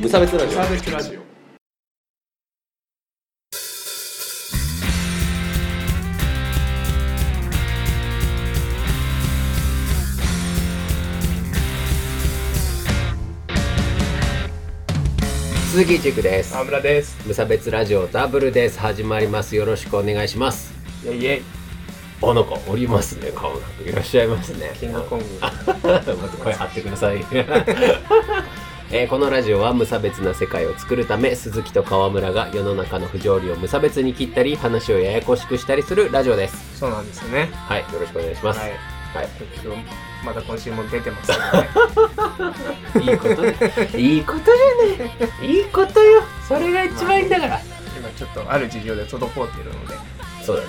無差別ラジオサービスラジオ鈴木一クです沢村です無差別ラジオダブルです始まりますよろしくお願いしますイェイイェイあなんかおりますね顔なんかいらっしゃいますねキングコング もっと声張ってください。 えーこのラジオは無差別な世界を作るため鈴木と河村が世の中の不条理を無差別に切ったり話をややこしくしたりするラジオですそうなんですよねはいよろしくお願いしますはいはい、結局まだ今週も出てますけどねい、いことで いいことじゃねえいいことよそれが一番いいんだから今ちょっとある事情で滞っているのでそうだね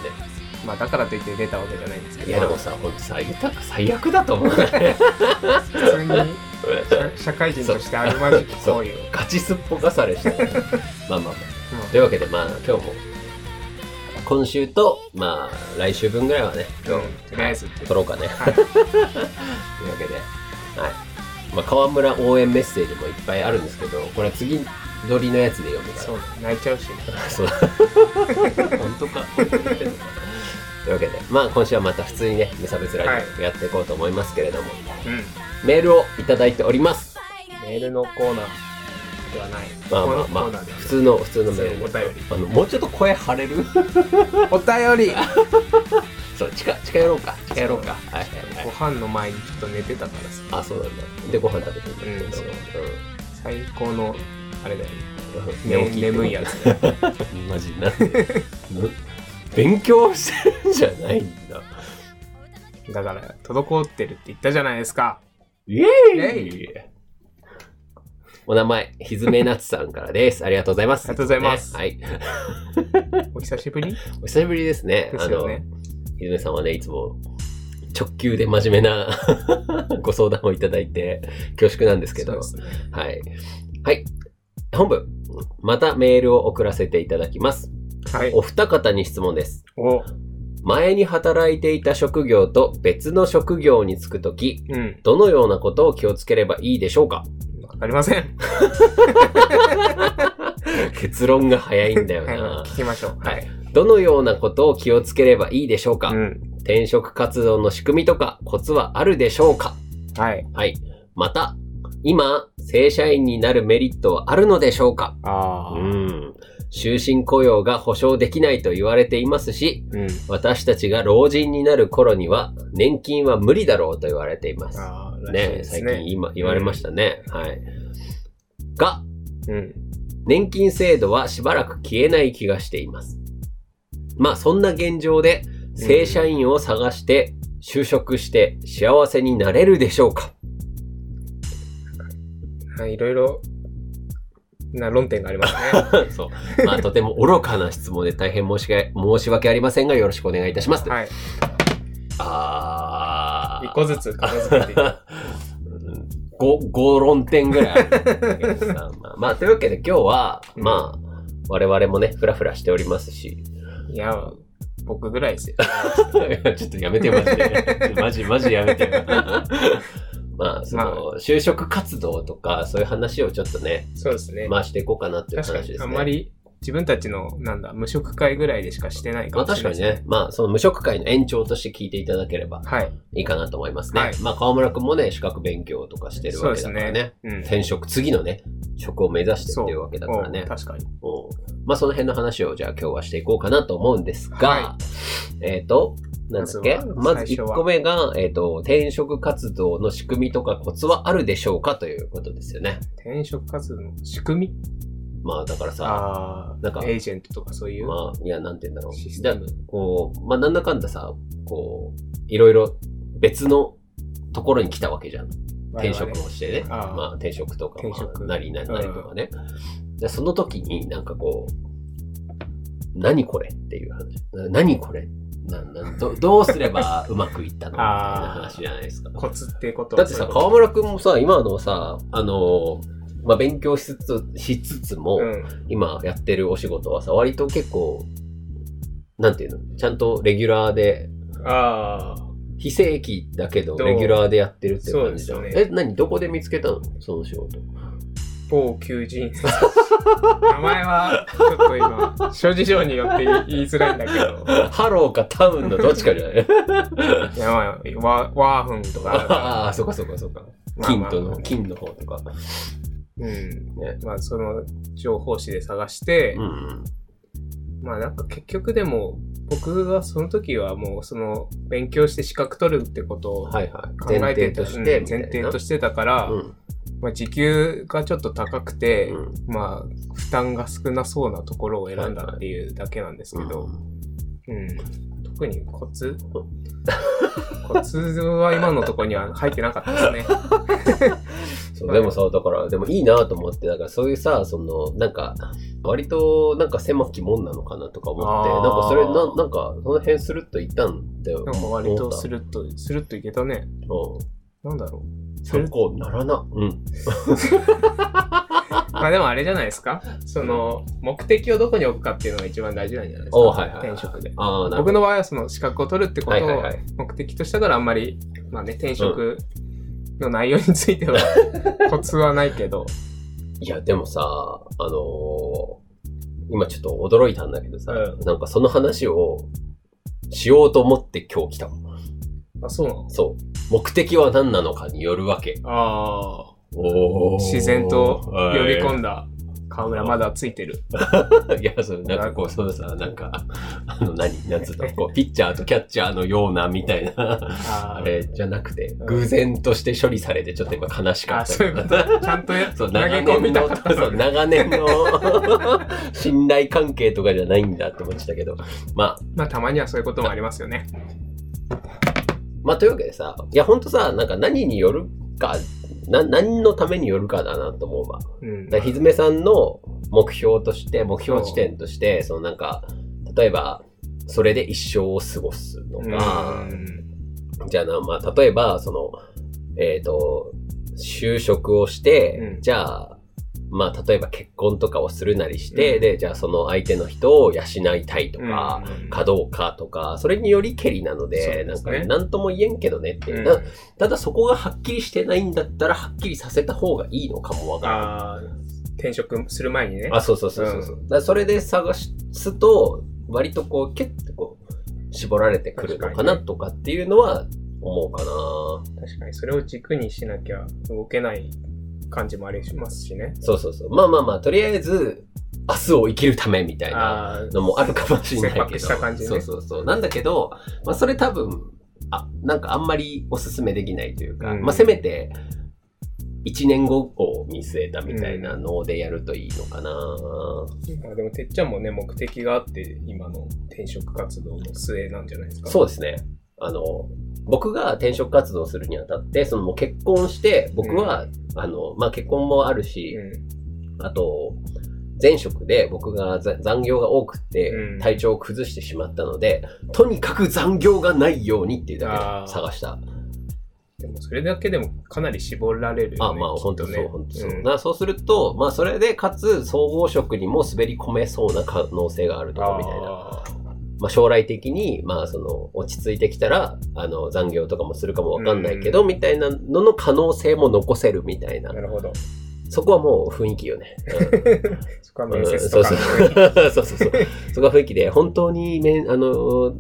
まあだからといって出たわけじゃないんですけどいやでもさほんとさ豊か最悪だと 思う普通に社社会人としてあるまじき行為をガチすっぽかされしてまあまあまあうんというわけでまあ今日も今週とまあ来週分ぐらいはねうんとりあえずっていう撮ろうかね はいというわけで、はいまあ、河村応援メッセージもいっぱいあるんですけどこれは次撮りのやつで読むかそう泣いちゃうしねらそう 本当か本当に言ってんのかというわけで、まあ、今週はまた普通にね無差別ラジオやっていこうと思いますけれども、うんメールをいただいておりますメールのコーナーではないまあまあまこのコーナあーでは普通の普通のメールお便りあのもうちょっと声張れる お便りそう近近寄ろうか近寄ろうかはいはいごはい飯の前にちょっと寝てたからさあそうなんだでご飯食べてるんだけどうん最高のあれだよねうんね寝起きってこと眠いやつだよマジなんでな勉強してるんじゃないんだ。だから滞ってるって言ったじゃないですかイエイーイお名前、ひずめなつさんからです。ありがとうございます。ありがとうございますねはい。お久しぶりでお久しぶりですね。すよねあの、ひずめさんはね、いつも直球で真面目な ご相談をいただいて恐縮なんですけど。そうですねはい。はい。本文、またメールを送らせていただきます。はいお二方に質問です。お前に働いていた職業と別の職業に就くとき、うんどのようなことを気をつければいいでしょうかわかりません結論が早いんだよはい な。聞きましょうはいどのようなことを気をつければいいでしょうか、うん転職活動の仕組みとかコツはあるでしょうかはいはい。また、今、正社員になるメリットはあるのでしょうかあうーん。終身雇用が保証できないと言われていますし、うん私たちが老人になる頃には、年金は無理だろうと言われています。あーらしいねで、す最近今言われましたね。はい。が、うん年金制度はしばらく消えない気がしています。まあそんな現状で、正社員を探して、就職して幸せになれるでしょうかはいいろいろな論点があります ねそう。まあとても愚かな質問で大変申し訳申し訳ありませんがよろしくお願いいたします。はいあ一ー。個ずつ片付けていく 5, 5論点ぐらいあるんだけ どさまあ、まあ、というわけで今日は、まあ、我々もね、ふらふらしておりますし、 いや僕ぐらいですよちょっとやめてよマジで。 マジ、マジやめてよ。 まあ、そまの、就職活動とか、そういう話をちょっとね、そうですね回していこうかなっていう確か話ですにね。あんまり自分たちのなんだ無職会ぐらいでしかしてないかまあも確しれかないにね、まあその無職会の延長として聞いていただければはいいいかなと思いますね。はいまあ川村くんもね、資格勉強とかしてるそうわでけだすからねね。うん転職、次のね、職を目指してっていうわけだからうねん。確かにうんまあその辺の話をじゃあ今日はしていこうかなと思うんですが、はえっ、と、なんだっけまずはまず最初1は個目が、えっ、と、転職活動の仕組みとかコツはあるでしょうかということですよね。転職活動の仕組みまあだからさ、ああなんかエージェントとかそういう、まあ、いや、なんて言うんだろう。シスじゃテあムこう、まあなんだかんださ、こう、いろいろ別のところに来たわけじゃん。転職我々をしてね。ああまあ転職とか、ま転職あ、なりなりなりとかね。じゃあその時になんかこう、何これっていう話。な何これななどどうすればうまくいったのみたいな話じゃないですか。コツってことだってさ、顔河村くんもさ、今のさ、あのー、まあ、勉強しつつ、しつつも、うん今やってるお仕事はさ、割と結構、なんていうのちゃんとレギュラーで、ああ非正規だけど、どうレギュラーでやってるって感じじゃん。そうですえ、何どこで見つけたのその仕事。某求人 名前はちょっと今諸事情によって言いづらいんだけどハローかタウンのどっちかじゃないいやまあワワーフンとあ か あ、そっかそっかそっか。まあ金まあとの、金の方とか。うんねまあその情報誌で探して、うん。まあなんか結局でも僕はその時はもうその勉強して資格取るってことをはいはい。考前えて提たとして、うん前提として。してたから、うん。まあ、時給がちょっと高くて、うんまあ負担が少なそうなところを選んだっていうだけなんですけど、うん、特にコツ コツは今のところには入ってなかったで すね。そうでもさ、だから、でもいいなと思って、だからそういうさ、その、なんか、割となんか狭きもんなのかなとか思って、あーなんかそれ、ななんか、その辺スルッといったんだよ。なんか割とスルルッと、スルッといけたね。ッ。なんだろう。ス参ルッ考にならな。うん。まあでもあれじゃないですか。その、目的をどこに置くかっていうのが一番大事なんじゃないですか。おはいはいはい転職で。ああ、なるほ僕ど。の場合はその資格を取るってこはいとはいをはい。目的としたからあんまり、まあね、転職の内容につい てはコツはないけど。いや、でもさ、あのー今ちょっと驚いたんだけどさ、うなんかその話をしようと思って今日来たもん。あ、そうなのそう。目的は何なのかによるわけ。あおあ、自然と呼び込んんだ河村まだついてる。 だ。いや、それなんかこう、そのさ、なんか、あの何、なんつうの、こう、ピッチャーとキャッチャーのようなみたいな、ああーれじゃなくて、ん偶然として処理されてちょっと今悲しかあ、った。そういうこと。ちゃんとや そう、投げ長込年みたのかった、そうの長年の信頼関係とかじゃないんだって思ってたけど。まあ、まあたまにはそういうこともありますよね。まあというわけでさ、いやほんとさ、なんか何によるか、な何のためによるかだなと思うわ。うんだか。らひずめさんの目標として、目標地点として、そのなんか、例えば、それで一生を過ごすのかう、んじゃあな、まあ例えば、その、えっ、と、就職をして、うんじゃあ、まあ例えば結婚とかをするなりして、うんで、じゃあその相手の人を養いたいとか、うんかどうかとか、それによりけりなので、そうなでんすかね何とも言えんけどねっていう、うんなただそこがはっきりしてないんだったら、はっきりさせた方がいいのかもわからない。あー転職する前にね。あ、そうそうそうそうそう。だからそれで探すと、割とこう、キュッてこう、絞られてくるのかなとかっていうのは思うかな。確かに、それを軸にしなきゃ動けない感じもありますしね。そうそうそう。まあまあまあ、とりあえず、明日を生きるためみたいなあーのもあるかもしれないけど。切迫した感じねそうそうそう。なんだけど、まあそれ多分、あ、なんかあんまりおすすめできないというか、うんまあせめて、1年後を見据えたみたいなのでやるといいのかな。まあでも、てっちゃんもね、目的があって、今の転職活動の末なんじゃないですか。そうですね。あの、僕が転職活動するにあたって、そのもう結婚して、僕は、あの、まあ、結婚もあるし、うあと、前職で僕がざ残業が多くてうん体調を崩してしまったので、とにかく残業がないようにっていうだけあでー探した。ん。でも、それだけでもかなり絞られるよ、ね。あまあきっ本当とそう、本当そう。んだからそうすると、まあそれでかつ総合職にも滑り込めそうな可能性があるとかみたいな。あーまあ、将来的に、まあ、その落ち着いてきたらあの残業とかもするかもわかんないけど、みたいなのの可能性も残せるみたいななるほど。そこはもう雰囲気よね、そこはうんう面んそう接そとうか。そう そうそうそこは雰囲気で本当にめあの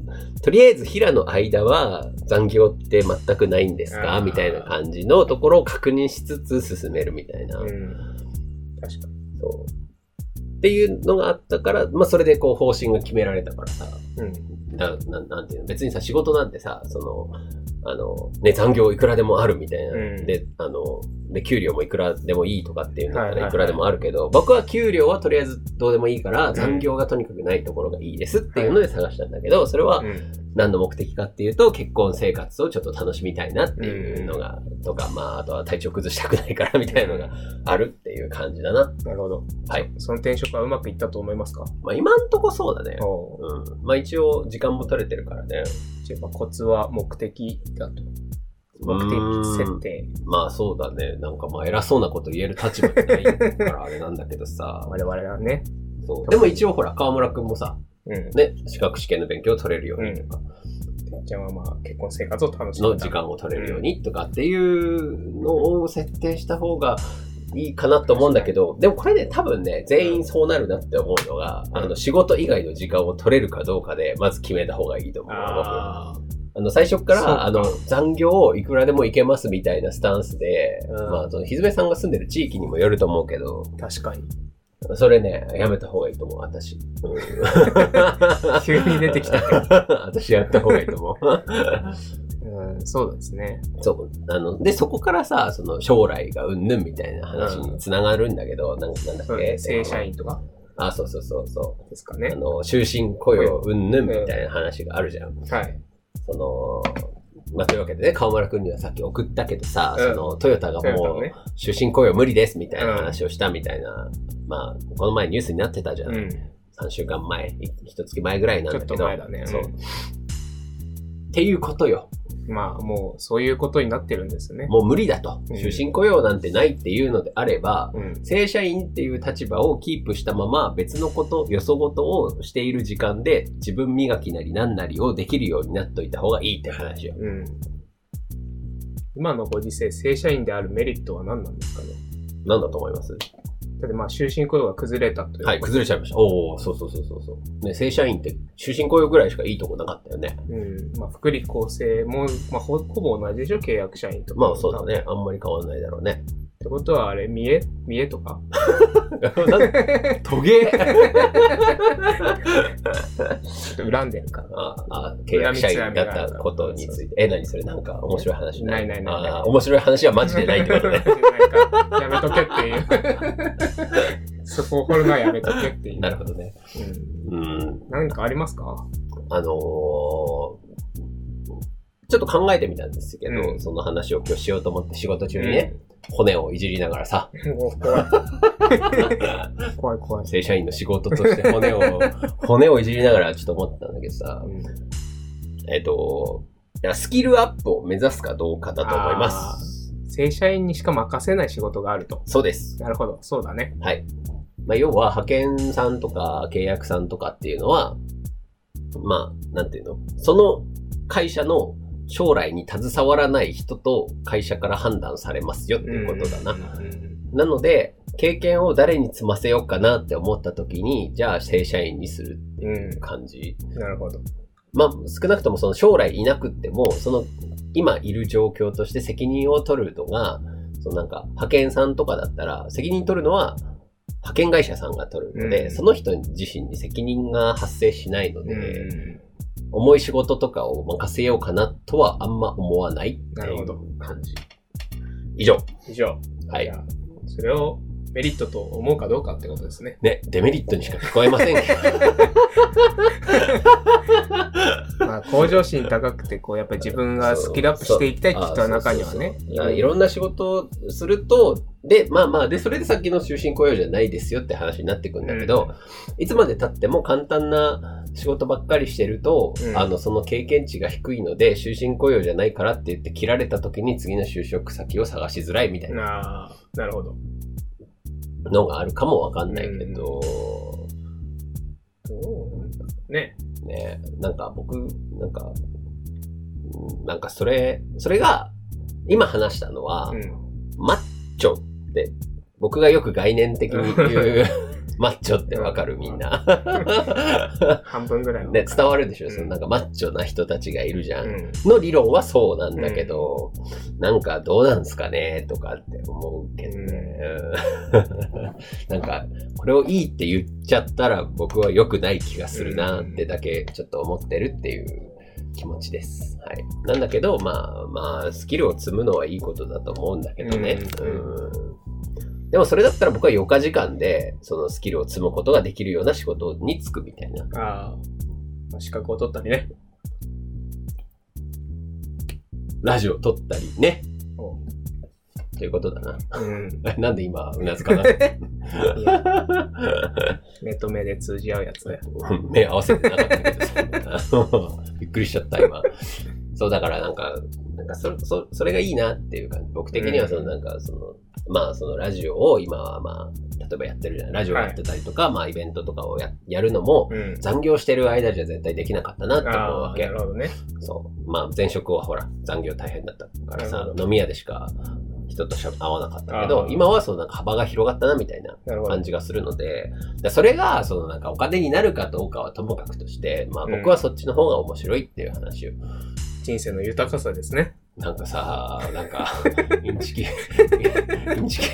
とりあえず平の間は残業って全くないんですかあーみたいな感じのところを確認しつつ進めるみたいな、うん。確かそうっていうのがあったから、まあ、それでこう方針が決められたからさ、に。うん。なななんていうの別にさ仕事なんてさそのあの、ね、残業いくらでもあるみたいな、うんであので給料もいくらでもいいとかっていうんだっはたいはらいはいいくらでもあるけど、僕は給料はとりあえずどうでもいいから残業がとにかくないところがいいですっていうので探したんだけどそれはうん何の目的かっていうと結婚生活をちょっと楽しみたいなっていうのが、とかまああとは体調崩したくないからみたいなのがあるっていう感じだな、なるほど。はいそ。その転職はうまくいったと思いますかまあ、今んとこそうだね、おううん、まあ一応時間も取れてるからねじゃあまあコツは目的だと。目的設定。まあそうだね。なんかまあ偉そうなこと言える立場じゃない からあれなんだけどさ。我々はね。そうでも一応ほら、河村くんもさ、うん。ね、資格試験の勉強を取れるようにとか、てっちゃんはまあ結婚生活を楽しんだの時間を取れるようにとかっていうのを設定した方がいいかなと思うんだけど、でもこれね、多分ね、全員そうなるなって思うのが、んあの、仕事以外の時間を取れるかどうかで、まず決めた方がいいと思う。ああの、最初から、そうかあの、残業をいくらでも行けますみたいなスタンスで、うんまあ、その、ひずめさんが住んでる地域にもよると思うけど、ー確 かに。それね、やめた方がいいと思う、 私。うん急に出てきた。私やった方がいいと思う。うん、そうですね。そう。あの、で、そこからさ、その、将来がうんぬんみたいな話につながるんだけど、なんなんだっそうけね正社員とかあ、そうそうそうそですかう。あね。の、終身雇用うんぬんみたいな話があるじゃん。はい。その、まあ、というわけでね、川村くんにはさっき送ったけどさ、うんその、トヨタがトヨタものねう、終身雇用無理ですみたいな話をしたみたいな、まあ、この前ニュースになってたじゃん。うん。 3週間前、い一月前ぐらいなんちだけょっど。と前だね。そう。うんっていうことよ。まあ、もう、そういうことになってるんですよね。もう無理だと。うん終身雇用なんてないっていうのであれば、うん。正社員っていう立場をキープしたまま別のこと、よそごとをしている時間で自分磨きなりなんなりをできるようになっといた方がいいって話よ。うん。今のご時世、正社員であるメリットは何なんですかね。なんだと思いますだってまあ、終身雇用が崩れたという。はい、崩れちゃいました。おおそうそうそうそうそう。ね、正社員って終身雇用ぐらいしかいいとこなかったよね。うん。まあ、福利厚生も、まあ、ほほぼ同じでしょ、契約社員とか。まあそうだ。ね。あんまり変わんないだろう ね。ってことは、あれ、見え見えとかなんトゲちょっと恨んでるかああ、契約社員だったことについて。え、何それなんか面白い話ないないないないあー面白い話はママジでないって ことね。。なん かやめとけっ ていう。そこを掘るのはやめとけっていう。なるほどね。うんうん。なんかありますかあのーちょっと考えてみたんですけど、うんその話を今日しようと思って仕事中にね、骨をいじりながらさ、うん。もう怖い。怖い怖い。正社員の仕事として骨 を、骨をいじりながらちょっと思ってたんだけどさう、んえっと、いやスキルアップを目指すかどうかだと思います。正社員にしか任せない仕事があると。そうです。なるほど、そうだね。はい。まあ、要は派遣さんとか契約さんとかっていうのは、まあ、なんていうのその会社の将来に携わらない人と会社から判断されますよっていうことだな。うんなので、経験を誰に積ませようかなって思った時に、じゃあ正社員にするっていう感じ。なるほど。まあ、少なくともその将来いなくっても、その今いる状況として責任を取るのが、そのなんか派遣さんとかだったら、責任取るのは派遣会社さんが取るので、うんその人自身に責任が発生しないので、うん重い仕事とかを任せようかなとはあんま思わないってないるほうど感じ。以上。以上。はじいゃ。あそれをメリットと思うかどうかってことで すね。ね、デメリットにしか聞こえませんけど。まあ、向上心高くて、こう、やっぱり自分がスキルアップしていきたいって人は中にはそうそうねそういやいろんな仕事をすると、で、まあまあ、で、それでさっきの終身雇用じゃないですよって話になってくるんだけど、いつまで経っても簡単な仕事ばっかりしてると、うんあの、その経験値が低いので、終身雇用じゃないからって言って切られた時に次の就職先を探しづらいみたいななあなるほど。のがあるかもわかんないけど、ね。ね、なんか僕、なんか、うんなんかそれ、それが、今話したのは、うん。マッチョって、僕がよく概念的に言う、マッチョってわかるみんな。半分ぐらいは。ね、伝わるでしょ、うんそのなんかマッチョな人たちがいるじゃ。うんん。の理論はそうなんだけど、なんかどうなんすかねとかって思うけどね。うん なんか、これをいいって言っちゃったら僕は良くない気がするなってだけちょっと思ってるっていう気持ちです。はい。なんだけど、まあまあ、スキルを積むのはいいことだと思うんだけどね。ううんんでもそれだったら僕は余暇時間でそのスキルを積むことができるような仕事に就くみたいな。ああ。資格を取ったりね。ラジオ撮ったりね。おということだな。 うん。なんで今、うなずかないや目と目で通じ合うやつだよ。 目合わせてなかったけどそんな、 びっくりしちゃった、今。そう、だからなんか、なんかそ、そ、それがいいなっていう感じ。僕的には、その、うんなんか、その、まあ、そのラジオを今は、まあ、例えばやってるじゃない。ラジオやってたりとか、まあ、イベントとかをや、やるのも、うん。残業してる間じゃ絶対できなかったなって思うあわあ、けな。るほどね。そう。まあ、前職はほら、残業大変だったからなるさほ、飲み屋でしか人としゃ合わなかったけどあ、ー今はそのなんか幅が広がったなみたいななるほど感。じがするので、でそれがそのなんかお金になるかどうかはともかくとして、まあ僕はそっちの方が面白いっていう話を。人生の豊かさですね。なんかさ、なん か、インチキ、インチキ、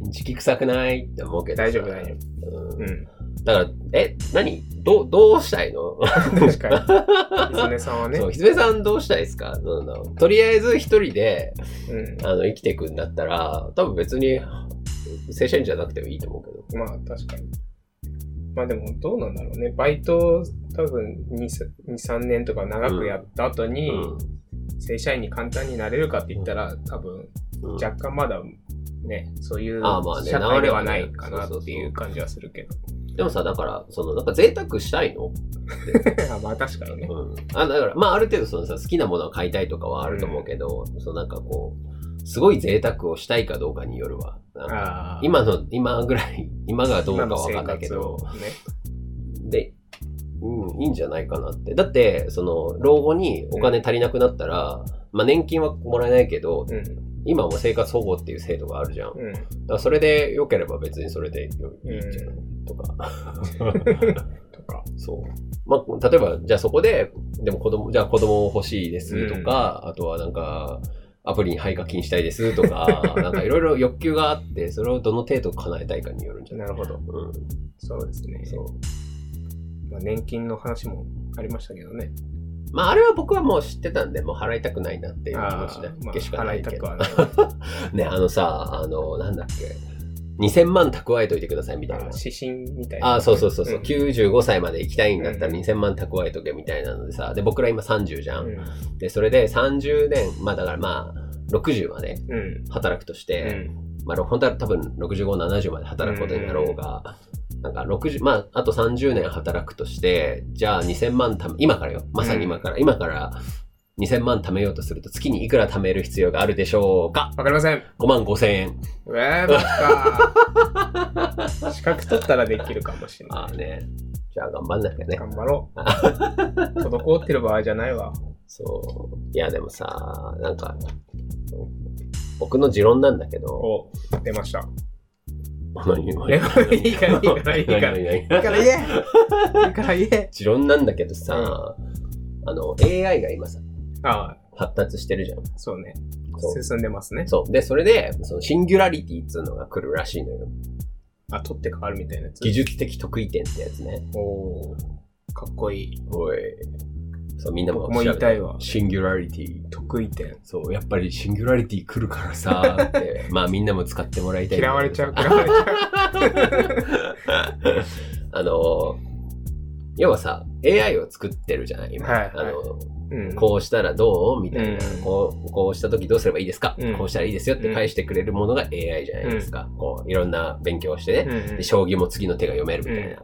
インチキ臭くないって思うけどさ。大丈夫大丈うん うん。だから、え、何どう、どうしたいの確かに。狐さんはね。そう、ひつめさんどうしたいですかなんだろうとりあえず一人で、うん。あの、生きていくんだったら、多分別に、正社員じゃなくてもいいと思うけど。まあ確かに。まあでもどうなんだろうね。バイトを多分2、2 3年とか長くやった後に、正社員に簡単になれるかって言ったら、多分うん。若干まだね、そういうあーまあね社流会れでははねないかなそうそうっそてういう感じはするけど。でもさ、だから、その、なんか贅沢したいのま あ確かにね。うん。あ、だから、まあある程度そのさ、好きなものを買いたいとかはあると思うけど、そのなんかこう、すごい贅沢をしたいかどうかによるわ。なんかあー今の、今ぐらい、 今がどう今かのわ生かんないけ活どを、ね。で、うん、いいんじゃないかなって。だって、その、老後にお金足りなくなったら、まあ年金はもらえないけど、うん。今も生活保護っていう制度があるじゃん。だかうん。らそれで良ければ別にそれでよいいんじゃない、とか。 とか。そう。まあ、例えば、じゃあそこで、でも子供、じゃあ子供欲しいですとか、あとはなんか、アプリに配課金したいですと か、なんかいろいろ欲求があって、それをどの程度叶えたいかによるんじゃないなるほど。うん。そうですね。そう。まあ、年金の話もありましたけどね。まあ、あれは僕はもう知ってたんで、もう払いたくないなっていう気持ちだーまあけしかな払いいたけくど。 はない。ね、あのさ、あの、なんだっけ、2000万蓄えといてくださいみたいな。指針みたいな。ああ、そうそうそうそう、ん95歳まで行きたいんだったらうん2000万蓄えとけみたいなのでさ、で、僕ら今30じゃ。うんん。で、それで30年、まあだからまあ、60までうん。働くとして、うんまあ、本当は多分65、70まで働くことになろうが、なんか60、まあ、あと30年働くとして、じゃあ2000万貯め、今からよ、まさに今から、今から2000万貯めようとすると、月にいくら貯める必要があるでしょうかわかりま せん。 ?5 万5千円。うえー、マジか。資格取ったらできるかもしれあなあね。じゃあ頑張んなきゃい。ね。頑張 ろう。滞ってる場合じゃないわ。そう。いや、でもさ、なんか、僕の持論なんだけど、お、出ました。何言わいれやいいからいいか らいいいから。いいから言え。いいから言え。持論なんだけどさ、あの、AI が今さ、ああ、発達してるじゃん。そうね。そう。進んでますね。そう。で、それで、そのシンギュラリティっつうのが来るらしいのよ。あ、取って変わるみたいなやつ。技術的得意点ってやつね。おーかっこいい。おい。そう、みんなも僕も言いたいわシンギュラリティ。得意点。そう、やっぱりシンギュラリティ来るからさ、って。まあみんなも使ってもらいたい。 嫌われちゃう、嫌われちゃう。あの、要はさ、AI を作ってるじゃない今、はいはいあのうん。こうしたらどうみたいな、うんこう。こうした時どうすればいいですか、うんこうしたらいいですよって返してくれるものが AI じゃないですか。こう、いろんな勉強をしてね、うんで将棋も次の手が読めるみたいな。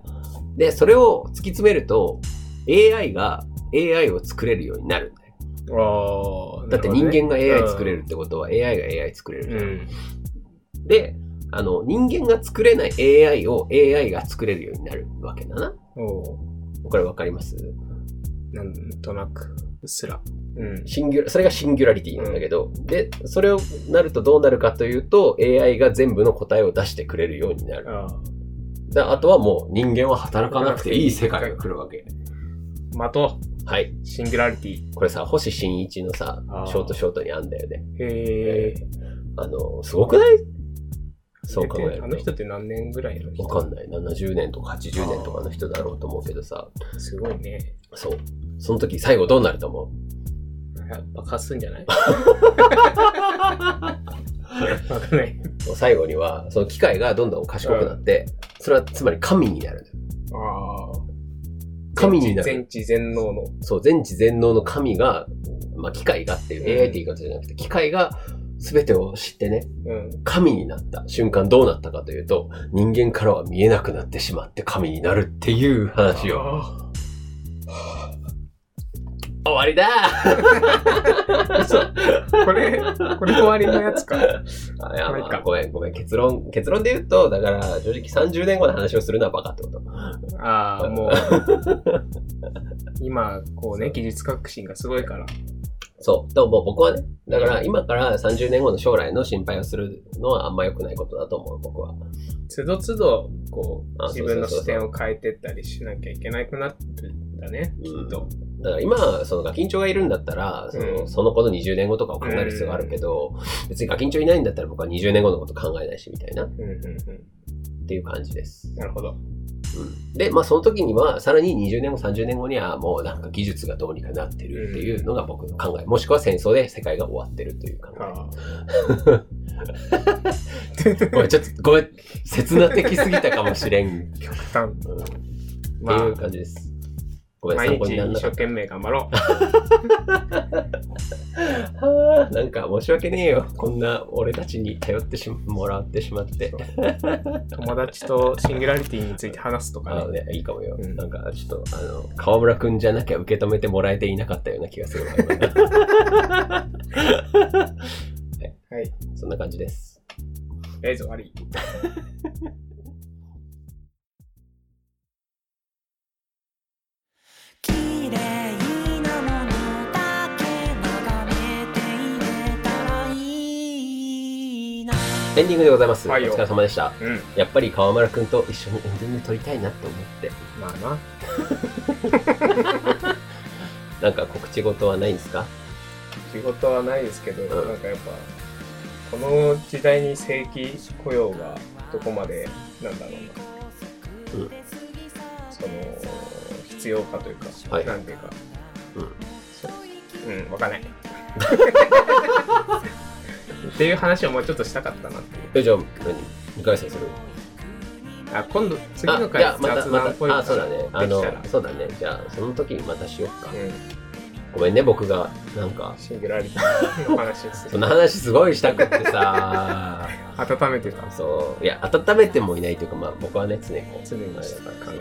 で、それを突き詰めると、AI が AI を作れるようになるんだよ。あーだって人なる間が AI 作れるってことは AI が AI 作れるほじどゃんね。うん。で、あの、人間が作れない AI を AI が作れるようになるわけだな。おーこれわかりますなんとなく、うっすら。うん。シンギュラそれがシンギュラリティなんだけど、で、それをなるとどうなるかというと、AI が全部の答えを出してくれるようになる。ああ。であとはもう人間は働かなくていい世界が来るわけ。まとはい。う、シンギュラリティ。これさ、星新一のさあ、ーショートショートにあんだよね。へえ。あの、すごくないそう考えあるの人と。って何年ぐらいの人わかんない。70年とか80年とかの人だろうと思うけどさ、すごいね。そう。その時最後どうなると思うやっぱ貸すん じゃないわかんない。最後には、その機械がどんどん賢くなって、それはつまり神になる。ああ。神になる。全知全能の。そう、全知全能の神が、まあ、機械がっていうう、ん AI って言い方じゃなくて、機械が全てを知ってね、うん。神になった瞬間どうなったかというと、人間からは見えなくなってしまって神になるっていう話を。あ終わりだー嘘これ、これ終わりのやつか。あいや、ま終わりあかごめん、ごめん。結論、結論で言うと、だから、正直30年後の話をするのはバカってこと。ああ、もう。今、こうね、技術革新がすごいから。そう。でももう僕はね、だから今から30年後の将来の心配をするのはあんま良くないことだと思う、僕は。つどつど、こう、あそう自そうそう分の視点を変えてったりしなきゃいけなくなるんだね、きっと。だから今、そのガキンチョがいるんだったら、その,、うんその子の20年後とかを考える必要があるけど、別にガキンチョいないんだったら僕は20年後のこと考えないし、みたいな、っうんうんうていう感じですん。。なるほど。うん、で、まあその時には、さらに20年後、30年後にはもうなんか技術がどうにかなってるっていうのが僕の考え。もしくは戦争で世界が終わってるという考え。あごめ ん、ちょっと、ごめん、刹那的すぎたかもしれん。あ、極端。うんってまいうあ、感じです。ごめん、参毎考日になら一なか生っ懸命頑張ろた。はあなんか申し訳ねえよ。こんな俺たちに頼ってしもらってしまって。う。友達とシンギュラリティについて話すと あかのね。ね、いいかもよ。うんなんか、ちょっと、あの、河村くんじゃなきゃ受け止めてもらえていなかったような気がするわ。今はい。そんな感じです。ええぞ、悪い。 「きれいなものだけ眺めていれたらいいな」エンディングでございます。はいよお疲れ様でした。うん。やっぱり河村くんと一緒にエンディング撮りたいなと思って。まあな。なんか告知事はないんですか仕事はないですけど、うんなんかやっぱこの時代に正規雇用がどこまでなんだろうな、うんその必要かというか、はいなんていうかうんそううんわかんないっていう話をもうちょっとしたかったなっていうえじゃあ、何 ?2 回戦するあ今度次あ、じのゃ回あまた、雑ま談っぽいた、あ、そうだでね。きたあのら、そうだね。じゃあ、その時にまたしよっか。うんごめんね、僕が、なんか、シンギュラリティの話ですその話すごいしたくって さ、温めてたそう、いや、温めてもいないというか、まあ、僕はね、常にこう、常に考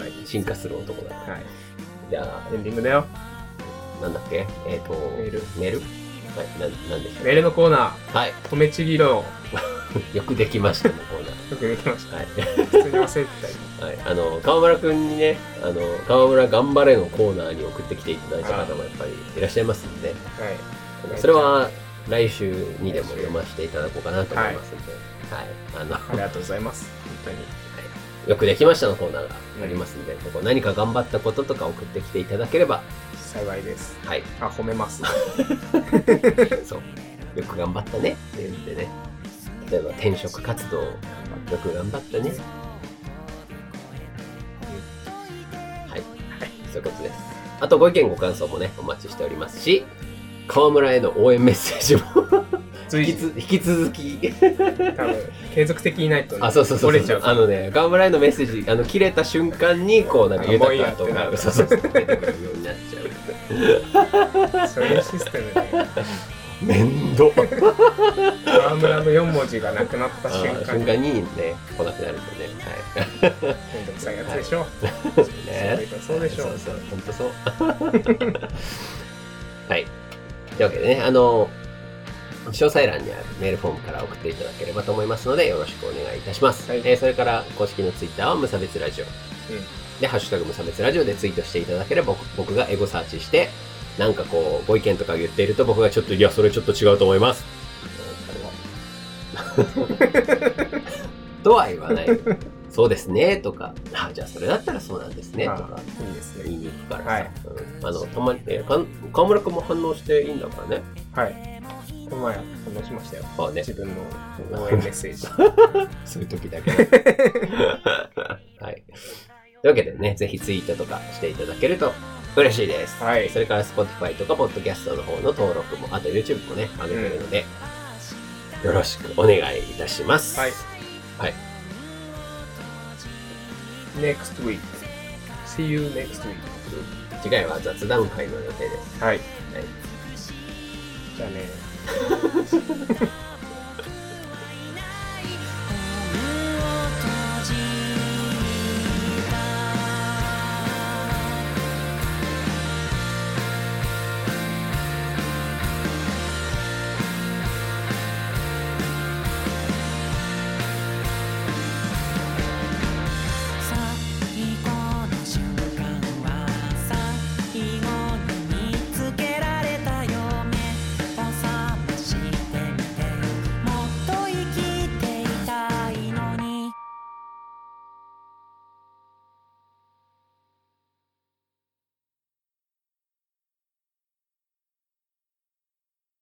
えて進化する男だから。はいじゃあ、エンディングだよなんだっけえっ、と、メールメールはい、ななんでしょメールのコーナう。はい、ー褒めちぎろよくできましたね、コーナー。 うよくできましたはい。普通に忘れてたはりい、あの川村くんにね「あの川村頑張れ」のコーナーに送ってきていただいた方もやっぱりいらっしゃいますのではい。それは来週にでも読ませていただこうかなと思いますので、はいあのありがとうございます。本当に。よくできましたのコーナーがありますので、ここ何か頑張ったこととか送ってきていただければ幸いです。はいあ、褒めます。そうよく頑張ったねって言ってね例えば転職活動よく頑張ったねはい、そういうことです。あとご意見ご感想もね、お待ちしておりますし、河村への応援メッセージも随引き時、つ引き続き、多分、継続的にないとね、あ、そうそうそう折れちそゃうう。あのね、河村へのメッセージ、あの、切れた瞬間に、こう、なんかあもう豊いいやかとってなか、るそうそうそう、出てくるようになっちゃう。そういうシステムで、めんど河村の4文字がなくなった瞬間瞬に、間にね、来なくなるんでね。はい。めんどくさいやつでしょ。ねそうでしょそうそう、ほんとそう。はい。というわけでね、あの、詳細欄にあるメールフォームから送っていただければと思いますので、よろしくお願いいたします。はいえーそれから、公式のツイッターは無差別ラジオ。で、ハッシュタグ無差別ラジオでツイートしていただければ、僕僕がエゴサーチして、なんかこう、ご意見とか言っていると、僕がちょっと、いや、それちょっと違うと思います。 とは言わない。そうですね、とか、あ、じゃあそれだったらそうなんですね、とあか。いいです言ね。いに行くからさ、はいうんあのたまに、えーかん川村君も反応していいんだからね。はい。この前、話しましたよ。まあね、自分の応援メッセー ジ。はそういう時だ け、ね。はい。というわけでね、ぜひツイートとかしていただけると嬉しいです。いそ。れから Spotify とか Podcast の方の登録も、あと YouTube もね、上げてるので、よろしくお願いいたします。はい。はい。 Next week. See you next week. 次回は雑談会の予定です。ははい。いじゃあね。